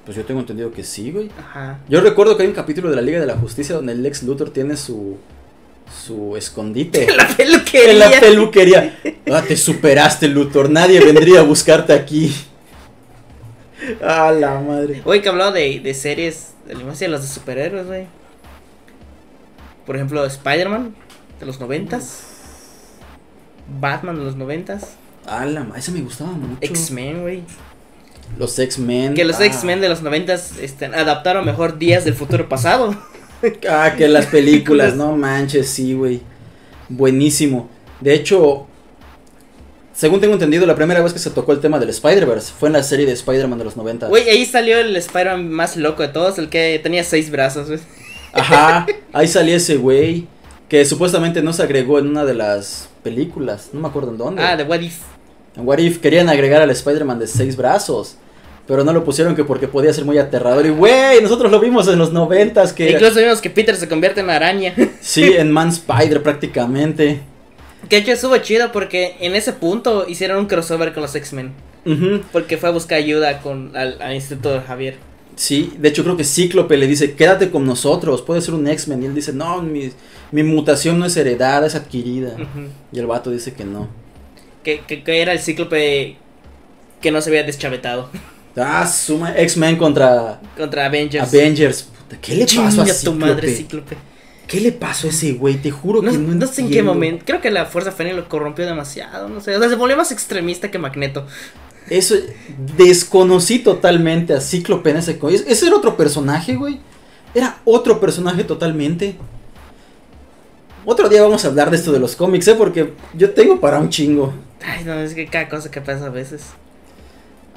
Pues yo tengo entendido que sí, güey.
Ajá.
Yo recuerdo que hay un capítulo de la Liga de la Justicia donde el Lex Luthor tiene su. su escondite.
La peluquería.
en la peluquería. Ah, te superaste, Luthor. Nadie vendría a buscarte aquí. A la madre.
Oye, que hablaba de, de series, de la de los de superhéroes, güey. Por ejemplo, Spider-Man de los noventas. Batman de los noventas.
A la madre. Ese me gustaba mucho.
X-Men, güey.
Los X-Men.
Que los
ah.
X-Men de los 90 este, adaptaron mejor Días del Futuro Pasado.
Ah, que las películas, no manches, sí, güey. Buenísimo. De hecho, según tengo entendido, la primera vez que se tocó el tema del Spider-Verse fue en la serie de Spider-Man de los 90.
Güey, ahí salió el Spider-Man más loco de todos, el que tenía seis brazos. güey.
Ajá, ahí salía ese güey que supuestamente no se agregó en una de las películas, no me acuerdo en dónde.
Ah, de What If.
En What If querían agregar al Spider-Man de seis brazos, pero no lo pusieron que porque podía ser muy aterrador. Y güey, nosotros lo vimos en los noventas E que...
Incluso vimos que Peter se convierte en araña.
Sí, en Man Spider prácticamente.
Que de hecho estuvo chido porque en ese punto hicieron un crossover con los X-Men.
Ujú,
Porque fue a buscar ayuda con, al, al Instituto de Javier.
Sí, de hecho creo que Cíclope le dice, quédate con nosotros, puedes ser un X-Men. Y él dice, no, mi, mi mutación no es heredada, es adquirida.
Ujú.
Y el vato dice que no.
que, que, que era el cíclope que no se había deschavetado
Ah, suma X-Men contra
contra Avengers.
Avengers. Puta, ¿Qué le pasó a
Chinga tu
Cíclope?
madre, cíclope.
¿Qué le pasó a ese güey? Te juro
No,
que no
no sé en qué
entiendo.
momento. Creo que la fuerza Fénix lo corrompió demasiado. No sé. O sea, se volvió más extremista que Magneto.
Eso, desconocí totalmente a Cíclope en ese... co- ¿Ese ese era otro personaje, güey? Era otro personaje totalmente. Otro día vamos a hablar de esto de los cómics, ¿eh? Porque yo tengo para un chingo.
Ay, no, es que cada cosa que pasa a veces.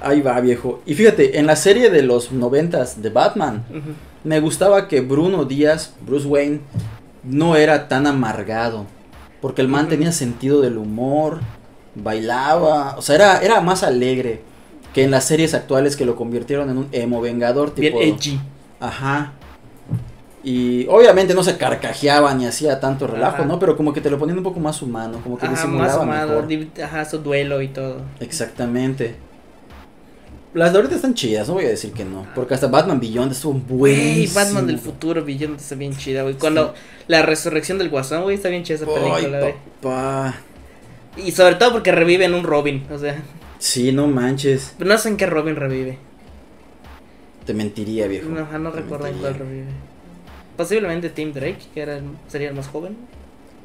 Ahí va, viejo. Y fíjate, en la serie de los noventas de Batman,
Ujú.
me gustaba que Bruno Díaz, Bruce Wayne, no era tan amargado. Porque el man
Ujú.
tenía sentido del humor, bailaba, o sea, era, era más alegre que en las series actuales que lo convirtieron en un emo vengador
Bien
tipo.
edgy.
Ajá. Y obviamente no se carcajeaba ni hacía tanto relajo,
Ajá.
¿no? Pero como que te lo ponían un poco más humano, como que
Ajá, más
disimulaba
amado.
mejor.
div- Ajá, su duelo y todo.
Exactamente. Las de ahorita están chidas, no voy a decir que no. Porque hasta Batman Beyond estuvo
Güey,
buenísimo.
Batman del futuro, Billón, está bien chida, güey. Cuando la resurrección del guasón, güey, está bien chida esa
Ay,
película, güey.
papá.
Y sobre todo porque reviven un Robin. O sea,
Sí, no manches.
no sé en qué Robin revive.
Te mentiría, viejo.
No, ajá, no
Te
recuerdo en cuál
mentiría.
revive. Posiblemente Tim Drake, que era, el- sería el más joven.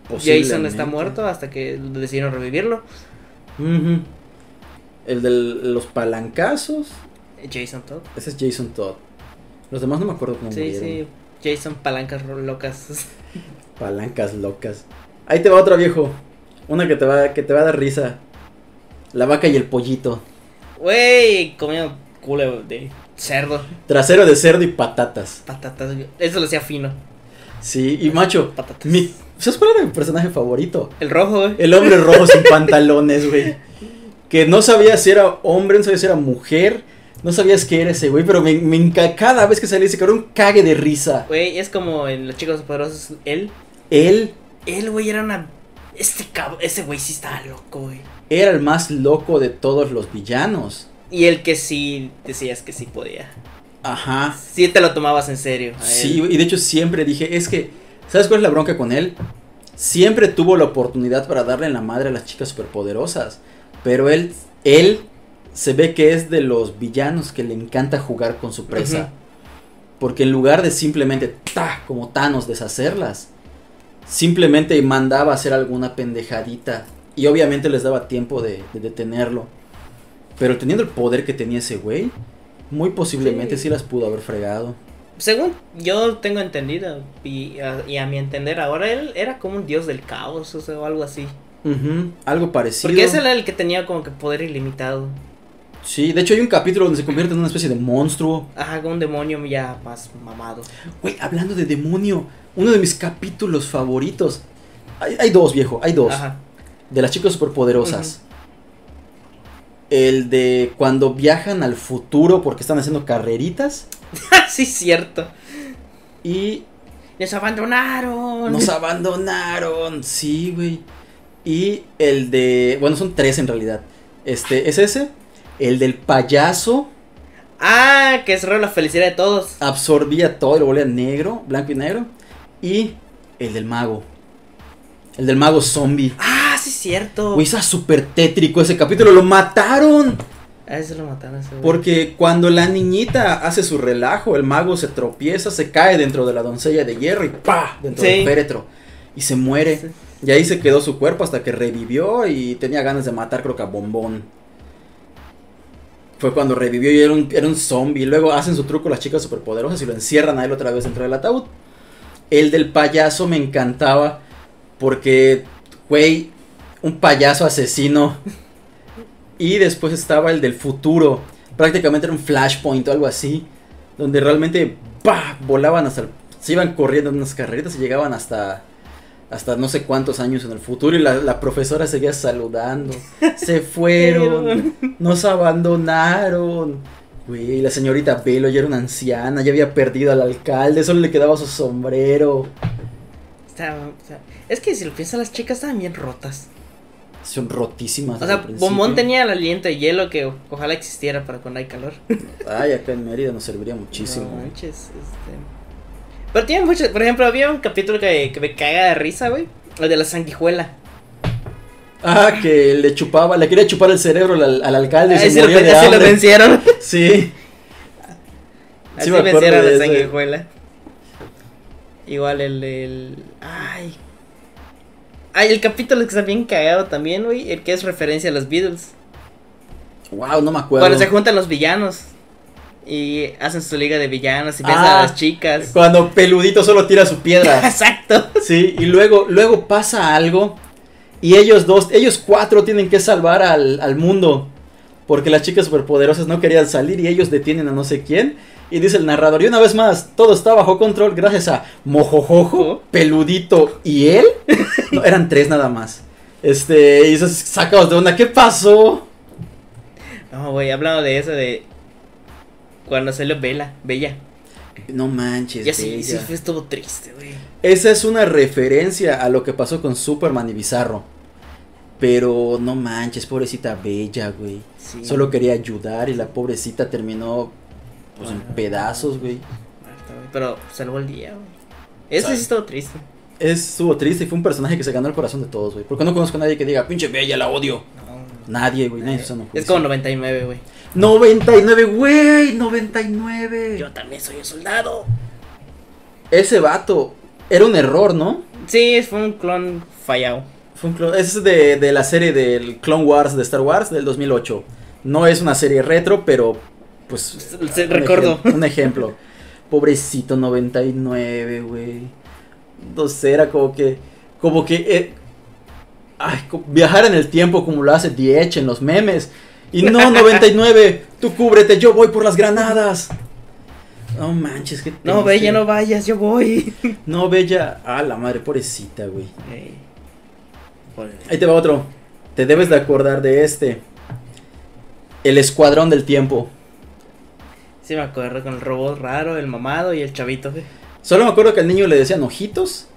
Posiblemente.
Jason está muerto hasta que decidieron revivirlo.
Ujú. El de los palancazos.
Jason Todd.
Ese es Jason Todd. Los demás no me acuerdo cómo
Sí,
murieron.
sí. Jason Palancas ro- Locas.
Palancas locas. Ahí te va otra, viejo. Una que te va, que te va a dar risa. La vaca y el pollito.
Wey, comiendo culo de cerdo,
Trasero de cerdo y patatas.
patatas. güey. Eso lo hacía fino.
Sí, y macho,
Patatas.
mi, ¿sabes cuál era mi personaje favorito?
El rojo, güey.
El hombre rojo sin pantalones, güey. Que no sabía si era hombre, no sabía si era mujer, no sabías qué era ese güey, pero me, me enca- cada vez que salía ese cabrón, cague de risa.
Güey, es como en Los Chicos Poderosos. Él,
Él
él, güey, era una. Este cab... ese güey sí estaba loco, güey.
era el más loco de todos los villanos.
Y el que sí decías que sí podía.
Ajá.
Sí te lo tomabas en serio. a él.
Sí, y de hecho siempre dije, es que, ¿sabes cuál es la bronca con él? Siempre tuvo la oportunidad para darle en la madre a las chicas superpoderosas, pero él, él se ve que es de los villanos que le encanta jugar con su presa,
Ujú.
porque en lugar de simplemente, ta, como Thanos, deshacerlas, simplemente mandaba hacer alguna pendejadita y obviamente les daba tiempo de, de detenerlo, pero teniendo el poder que tenía ese güey, muy posiblemente
Sí.
sí las pudo haber fregado.
Según yo tengo entendido, y a, y a mi entender ahora, él era como un dios del caos o, sea, o algo así.
Ujú, Algo parecido.
Porque ese era el que tenía como que poder ilimitado.
Sí, de hecho hay un capítulo donde se convierte en una especie de monstruo.
Ajá, con un demonio ya más mamado.
Güey, hablando de demonio, uno de mis capítulos favoritos. Hay, hay dos, viejo, hay dos.
Ajá.
De las chicas superpoderosas. El de cuando viajan al futuro porque están haciendo carreritas
sí, cierto.
y
Nos abandonaron.
nos abandonaron. Sí, güey. Y el de... Bueno, son tres en realidad. Este, es ese. El del payaso
ah, que cerró la felicidad de todos.
Ah. absorbía todo y lo volvía negro, blanco y negro. Y el del mago. El del mago zombie.
Ah, sí, cierto.
Güey, está súper tétrico ese capítulo. Lo mataron.
A Ah, ese lo mataron. ese güey.
Porque cuando la niñita hace su relajo, el mago se tropieza, se cae dentro de la doncella de hierro y pa Dentro
Sí.
del féretro. Y se muere.
Sí.
Y ahí se quedó su cuerpo hasta que revivió y tenía ganas de matar, creo que a Bombón. Fue cuando revivió y era un, era un zombie. Luego hacen su truco las chicas superpoderosas y lo encierran a él otra vez dentro del ataúd. El del payaso me encantaba porque, güey, un payaso asesino. Y después estaba el del futuro. Prácticamente era un flashpoint o algo así. Donde realmente ¡pah! volaban hasta... el- se iban corriendo en unas carretas y llegaban hasta... Hasta no sé cuántos años en el futuro y la, la profesora seguía saludando. Se fueron. Nos abandonaron. Güey, la señorita Velo ya era una anciana, ya había perdido al alcalde, solo le quedaba su sombrero.
Estaba- o sea, es que si lo piensas, las chicas estaban bien rotas.
Son rotísimas.
O
desde
sea,
el principio.
Bombón tenía el aliento de hielo que o- ojalá existiera para cuando hay calor.
Ay, acá en Mérida nos serviría muchísimo.
No manches, este. Pero tiene muchas. Por ejemplo, había un capítulo que, que me caga de risa, güey. El de la sanguijuela.
Ah, que le chupaba, le quería chupar el cerebro al, al alcalde y
Así
se
Ah, lo,
moría Ah, de
así lo
hambre.
vencieron.
Sí.
Así
me acuerdo
vencieron a
de
la
ese.
sanguijuela. Igual el, el. Ay. Ay, el capítulo que está bien cagado también, güey. El que es referencia a los Beatles.
Wow, no me acuerdo.
Cuando se juntan los villanos. Y hacen su liga de villanos y besan
Ah.
a las chicas.
Cuando peludito solo tira su piedra.
Exacto.
Sí, y luego, luego pasa algo. Y ellos dos, ellos cuatro tienen que salvar al, al mundo. Porque las chicas superpoderosas no querían salir y ellos detienen a no sé quién. Y dice el narrador, y una vez más, todo está bajo control gracias a Mojojojo, Peludito y él. No, eran tres nada más. Este, y esos sacados de onda, ¿qué pasó?
No, güey, hablando de eso de. Cuando salió Bella, Bella.
No manches.
Ya sí, sí,
Bella.
fue, estuvo triste, güey.
Esa es una referencia a lo que pasó con Superman y Bizarro. Pero no manches, pobrecita Bella, güey.
Sí.
Solo quería ayudar y la pobrecita terminó pues, en pedazos, güey.
Marta, güey, Pero salvó el día, güey. Eso
Sal-
sí estuvo triste.
Es, estuvo triste y fue un personaje que se ganó el corazón de todos, güey. Porque no conozco a nadie que diga, pinche Bella, la odio.
No, no.
Nadie, güey, nadie se usa un
es
juicio.
como 99, güey.
99, güey, 99.
Yo también soy un soldado.
Ese vato era un error, ¿no?
Sí, fue un clon fallado.
Fue un clon- ese es de, de la serie del Clone Wars de Star Wars del 2008. No es una serie retro, pero pues...
Se-
un
recuerdo.
ejem- un ejemplo. Pobrecito 99, güey. No sé, era como que... Como que... eh, ay, co- viajar en el tiempo como lo hace Diech en los memes. Y no, 99, tú cúbrete, yo voy por las granadas. No manches, que...
No, Bella, no vayas, yo voy.
No, Bella... Ah, la madre, pobrecita, güey.
Ey. Joder.
Ahí te va otro. Te debes de acordar de este. El Escuadrón del Tiempo.
Sí, me acuerdo con el robot raro, el mamado y el chavito, güey.
Solo me acuerdo que al niño le decían ojitos.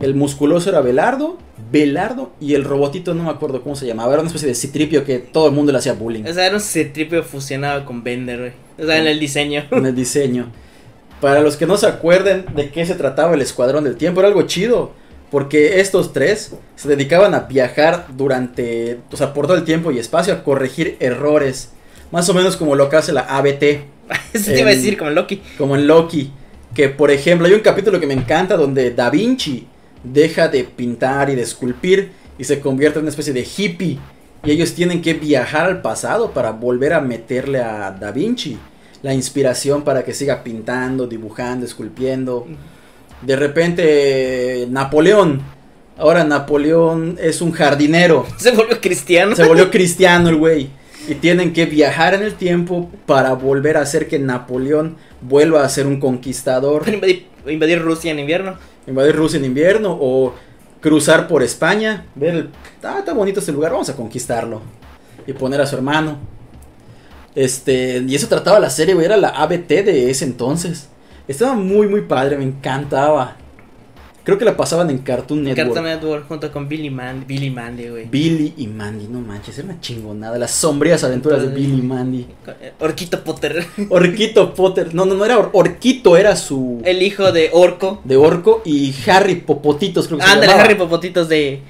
El musculoso era Belardo. Belardo y el robotito, no me acuerdo cómo se llamaba. Era una especie de citripio que todo el mundo le hacía bullying.
O sea, era un C-Tripio fusionado con Bender, güey. O sea, en el diseño.
En el diseño. Para los que no se acuerden de qué se trataba el Escuadrón del Tiempo, era algo chido. Porque estos tres se dedicaban a viajar durante, o sea, por todo el tiempo y espacio a corregir errores. Más o menos como lo que hace la ABT.
Eso te iba a
El-
decir, como Loki.
como en Loki, que por ejemplo hay un capítulo que me encanta donde Da Vinci deja de pintar y de esculpir y se convierte en una especie de hippie y ellos tienen que viajar al pasado para volver a meterle a Da Vinci la inspiración para que siga pintando, dibujando, esculpiendo. De repente Napoleón, ahora Napoleón es un jardinero.
Se volvió cristiano.
Se volvió cristiano el güey. Y tienen que viajar en el tiempo para volver a hacer que Napoleón vuelva a ser un conquistador.
Para invadir, invadir Rusia en invierno.
Invadir Rusia en invierno o cruzar por España. Ver, el- ah, está bonito este lugar, vamos a conquistarlo. Y poner a su hermano. Este, y eso trataba la serie, güey, era la ABT de ese entonces. Estaba muy, muy padre, me encantaba. Creo que la pasaban en Cartoon Network.
Cartoon Network junto con Billy Mandy. Billy Mandy, güey.
Billy y Mandy, no manches, era una chingonada. Las sombrías aventuras de Billy y Mandy.
eh, Orquito Potter.
Orquito Potter. No, no, no era Or- Orquito, era su.
El hijo de Orco.
De Orco y Harry Popotitos, creo que se
Ándale,
llamaba.
Harry Popotitos de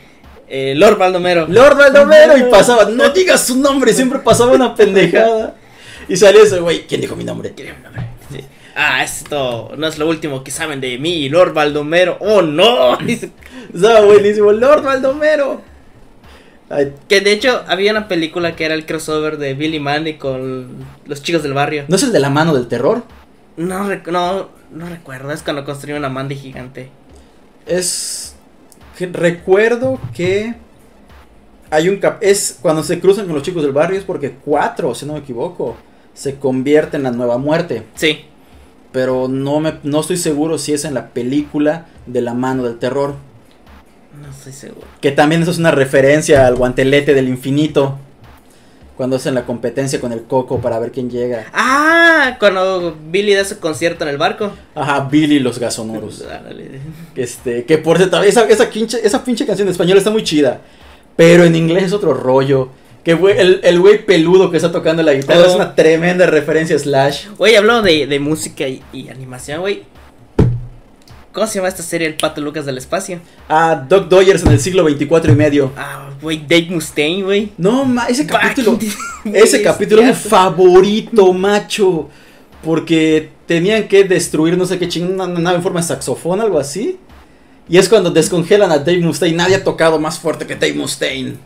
eh, Lord Baldomero.
Lord Baldomero y pasaba, no digas su nombre, siempre pasaba una pendejada. Y salía ese güey, ¿quién dijo mi nombre?
Ah, esto no es lo último que saben de mí, Lord Baldomero. ¡Oh, no! Dice,
Estaba buenísimo, Lord Baldomero. Ay,
Que de hecho había una película que era el crossover de Billy Mandy con los chicos del barrio.
¿No es el de la mano del terror?
No, rec- no, no recuerdo, es cuando construyó una Mandy gigante.
Es. que recuerdo que. Hay un cap. Es cuando se cruzan con los chicos del barrio, es porque cuatro, si no me equivoco, se convierte en la nueva muerte.
Sí,
Pero no, me, no estoy seguro si es en la película de la mano del terror.
no estoy seguro.
Que también eso es una referencia al guantelete del infinito. Cuando hacen la competencia con el coco para ver quién llega.
Ah, cuando Billy da su concierto en el barco.
Ajá, Billy y los gasonoros.
Ándale.
Este, que por cierto, esa, esa, quinche- esa pinche canción en español está muy chida. Pero en inglés es otro rollo. Que güey- el el güey peludo que está tocando la guitarra
Oh.
es una tremenda referencia a Slash.
Güey, hablando de, de música y, y animación, güey. ¿Cómo se llama esta serie El Pato Lucas del Espacio?
Ah, Doc Dodgers en el siglo 24 y medio.
Ah, güey, Dave Mustaine, güey.
No, ma, ese
Back
capítulo.
in the-
Ese capítulo es mi
Bestias.
favorito, macho. Porque tenían que destruir no sé qué chingada una nave en forma de saxofón, algo así. Y es cuando descongelan a Dave Mustaine. Nadie ha tocado más fuerte que Dave Mustaine.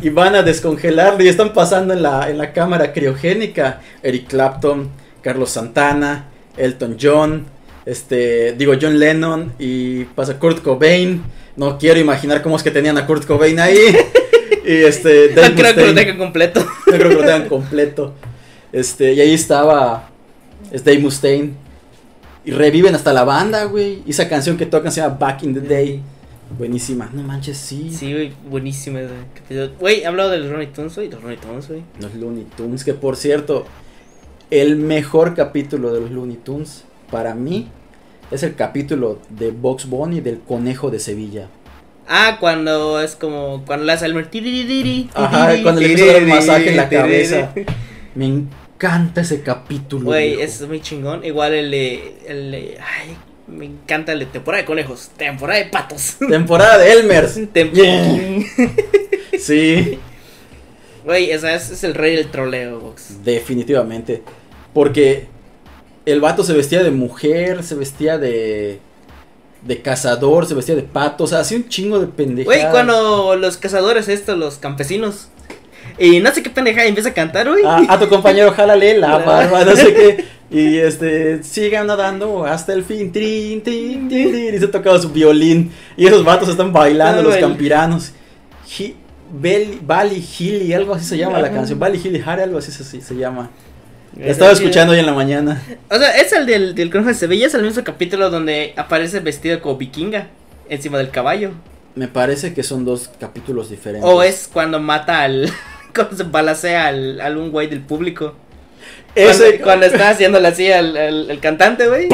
Y van a descongelarlo y están pasando en la, en la cámara criogénica. Eric Clapton, Carlos Santana, Elton John, este, digo John Lennon y pasa Kurt Cobain. No quiero imaginar cómo es que tenían a Kurt Cobain ahí. y este, Dave
No creo que lo
Mustaine.
tenga completo.
No creo que lo tengan completo. Este, y ahí estaba es Dave Mustaine. Y reviven hasta la banda, güey. Y esa canción que tocan se llama Back in the Day. Buenísima. No manches, sí.
Sí, güey, buenísimo ese capítulo. Güey, he hablado de los Ronnie Tunes, güey. Los Ronnie Tunes, güey.
Los Looney Tunes, que por cierto, el mejor capítulo de los Looney Tunes para mí es el capítulo de Box Bunny del Conejo de Sevilla.
Ah, cuando es como. Cuando le hace el. tiririri,
Ajá,
tiririri,
cuando le empieza a dar un
tiririri,
masaje en la
tiririri.
cabeza. Me encanta ese capítulo.
Güey,
viejo.
es muy chingón. Igual el de. El de- ay, me encanta el de temporada de conejos. Temporada de patos.
Temporada de Elmers.
Tem-
Yeah. Sí.
Güey, esa es, es el rey del troleo, Vox.
Definitivamente. Porque el vato se vestía de mujer, se vestía de. de cazador, se vestía de pato, o sea, hacía un chingo de pendejadas.
Güey, cuando los cazadores estos, los campesinos. Y no sé qué pendejada empieza a cantar, güey.
A, a tu compañero, jálale la
La-
barba, no sé qué. Y este, sigan nadando hasta el fin. Trin, trin, trin, trin, y se tocaba su violín. Y esos vatos están bailando,
Ah,
los
bueno.
campiranos. Hi- Bel- Bali Hilly, algo así se llama la canción. Bali Hilly Hare, algo así se, se llama. La estaba escuchando hoy en la mañana.
O sea, es el del, del Conejo de Sevilla, es el mismo capítulo donde aparece vestido como vikinga encima del caballo.
Me parece que son dos capítulos diferentes.
O es cuando mata al. cuando se balacea al, al un güey del público.
ese,
Cuando, cuando está haciéndole así al, al- al cantante, güey.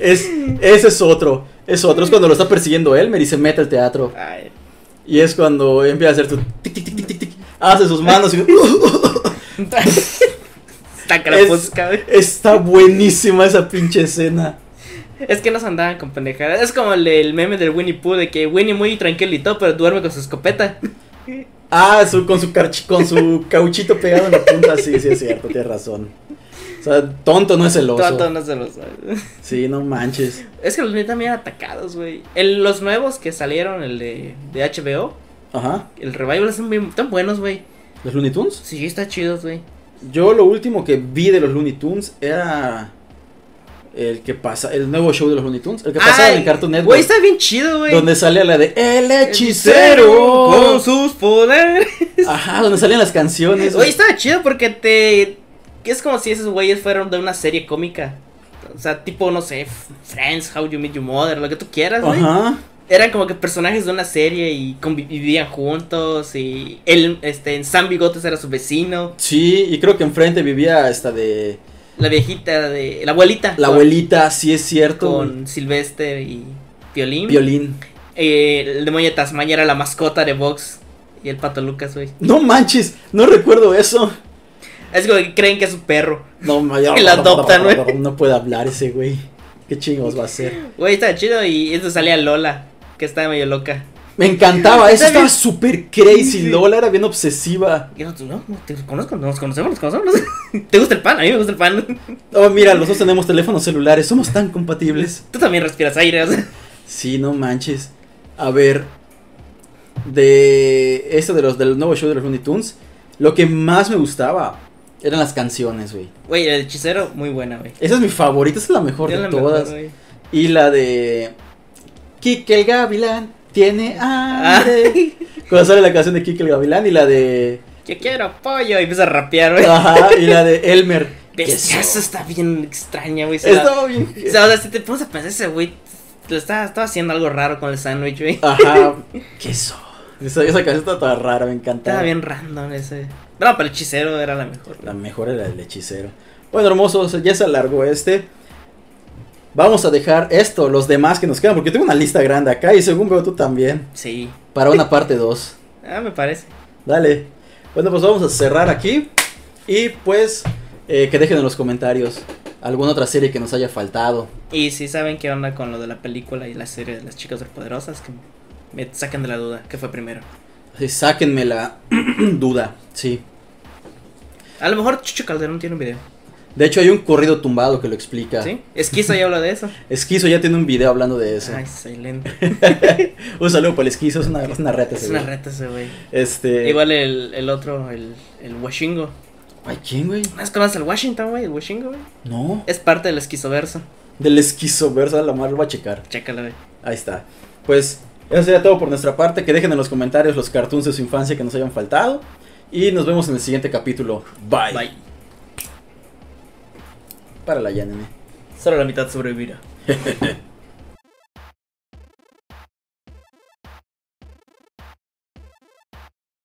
es, ese es otro. Es otro. Es cuando lo está persiguiendo Elmer y se mete al teatro.
Ay,
Y es cuando empieza a hacer su tic tic tic tic tic, tic. Hace sus manos y
Está crepusca, güey.
está buenísima esa pinche escena.
Es que nos andaban con pendejadas. Es como el, el meme del Winnie Pooh de que Winnie muy tranquilito, pero duerme con su escopeta.
Ah, su, con su carchi- con su cauchito pegado en la punta, sí, sí es cierto, tienes razón. O sea, tonto no es el oso.
Todo no se lo sabe.
Sí, no manches.
Es que los niños también eran atacados, güey. El- Los nuevos que salieron, el de, de HBO,
Ajá.
el revival, son bien, tan buenos, güey.
¿Los Looney Tunes?
Sí, está chidos, güey.
Yo lo último que vi de los Looney Tunes era el que pasa, el nuevo show de los Looney Tunes, el que pasaba
Ay,
en Cartoon Network,
Güey, está bien chido, güey.
donde salía la de El
Con
hechicero.
sus poderes.
Ajá, donde salían las canciones.
Güey, estaba chido porque te. que Es como si esos güeyes fueran de una serie cómica. O sea, tipo, no sé, F- Friends, How You Meet Your Mother, lo que tú quieras, güey.
Ajá.
Eran como que personajes de una serie y convivían juntos. Y él, este, en San Bigotes era su vecino.
Sí, y creo que enfrente vivía esta de
La viejita de. La abuelita.
la
con-
abuelita, sí es cierto.
Con Silvestre y Violín.
violín.
Eh, el demonio de Tasmania era la mascota de Vox. Y el pato Lucas, güey.
No manches, no recuerdo eso.
Es como que creen que es su perro.
No,
Y la adoptan, güey.
No puede hablar ese güey. ¿Qué chingos va a hacer?
Güey, está chido y eso salía Lola, que estaba medio loca.
Me encantaba, eso
Está
estaba
bien.
súper crazy.
Sí.
Lola era bien obsesiva.
Yo no, no, no, te conozco, nos conocemos, nos conocemos. ¿Te gusta el pan? A mí me gusta el pan.
Oh, mira, los dos tenemos teléfonos celulares, somos tan compatibles.
Tú también respiras aire. o sea.
Sí, no manches. A ver, de esto de los, del nuevo show de los Looney Tunes, lo que más me gustaba eran las canciones, güey.
Güey, el hechicero, muy buena, güey.
Esa es mi favorita, esa es la mejor
Es
de
la mejor,
todas.
güey.
y la de Kike el Gavilán tiene
Ah.
hambre. Cuando sale la canción de Kike el Gavilán y la de.
Yo quiero pollo. Y empieza a rapear, güey.
Ajá, y la de Elmer.
Bestia,
Ah, queso.
eso está bien extraña, güey. se la-
Estaba bien.
O sea, o sea, si te pones a pensar ese güey, lo está, estaba haciendo algo raro con el sándwich, güey.
Ajá, queso. Esa, esa canción está toda rara, me encantaba.
Estaba bien random ese. No, pero el hechicero era la mejor.
La mejor era el hechicero. Bueno, hermosos, ya se alargó este. Vamos a dejar esto, los demás que nos quedan, porque tengo una lista grande acá y según veo tú también,
Sí.
para una parte 2.
Ah, me parece.
Dale. Bueno, pues vamos a cerrar aquí y pues eh, que dejen en los comentarios alguna otra serie que nos haya faltado.
Y si saben qué onda con lo de la película y la serie de las chicas superpoderosas, que me sacan de la duda, que fue primero.
Así, sáquenme la duda, sí.
A lo mejor Chucho Calderón tiene un video.
De hecho hay un corrido tumbado que lo explica.
¿Sí? Esquizo ya habla de eso.
Esquizo ya tiene un video hablando de eso.
Ay, excelente.
Un saludo para el Esquizo, es una, es una reta
Es
ese
una
güey.
reta ese güey.
Este...
Igual el, el otro, el, el Washingo.
Ay, ¿quién, güey?
¿No conoces el Washington, güey? El Washingo, güey.
No.
Es parte del esquizoverso.
Del esquizoverso, a la madre lo voy a checar.
Chécala, güey.
Ahí está. Pues eso sería todo por nuestra parte. Que dejen en los comentarios los cartoons de su infancia que nos hayan faltado. Y nos vemos en el siguiente capítulo. Bye.
Bye.
Para la Yaneme.
Solo la mitad sobrevivirá.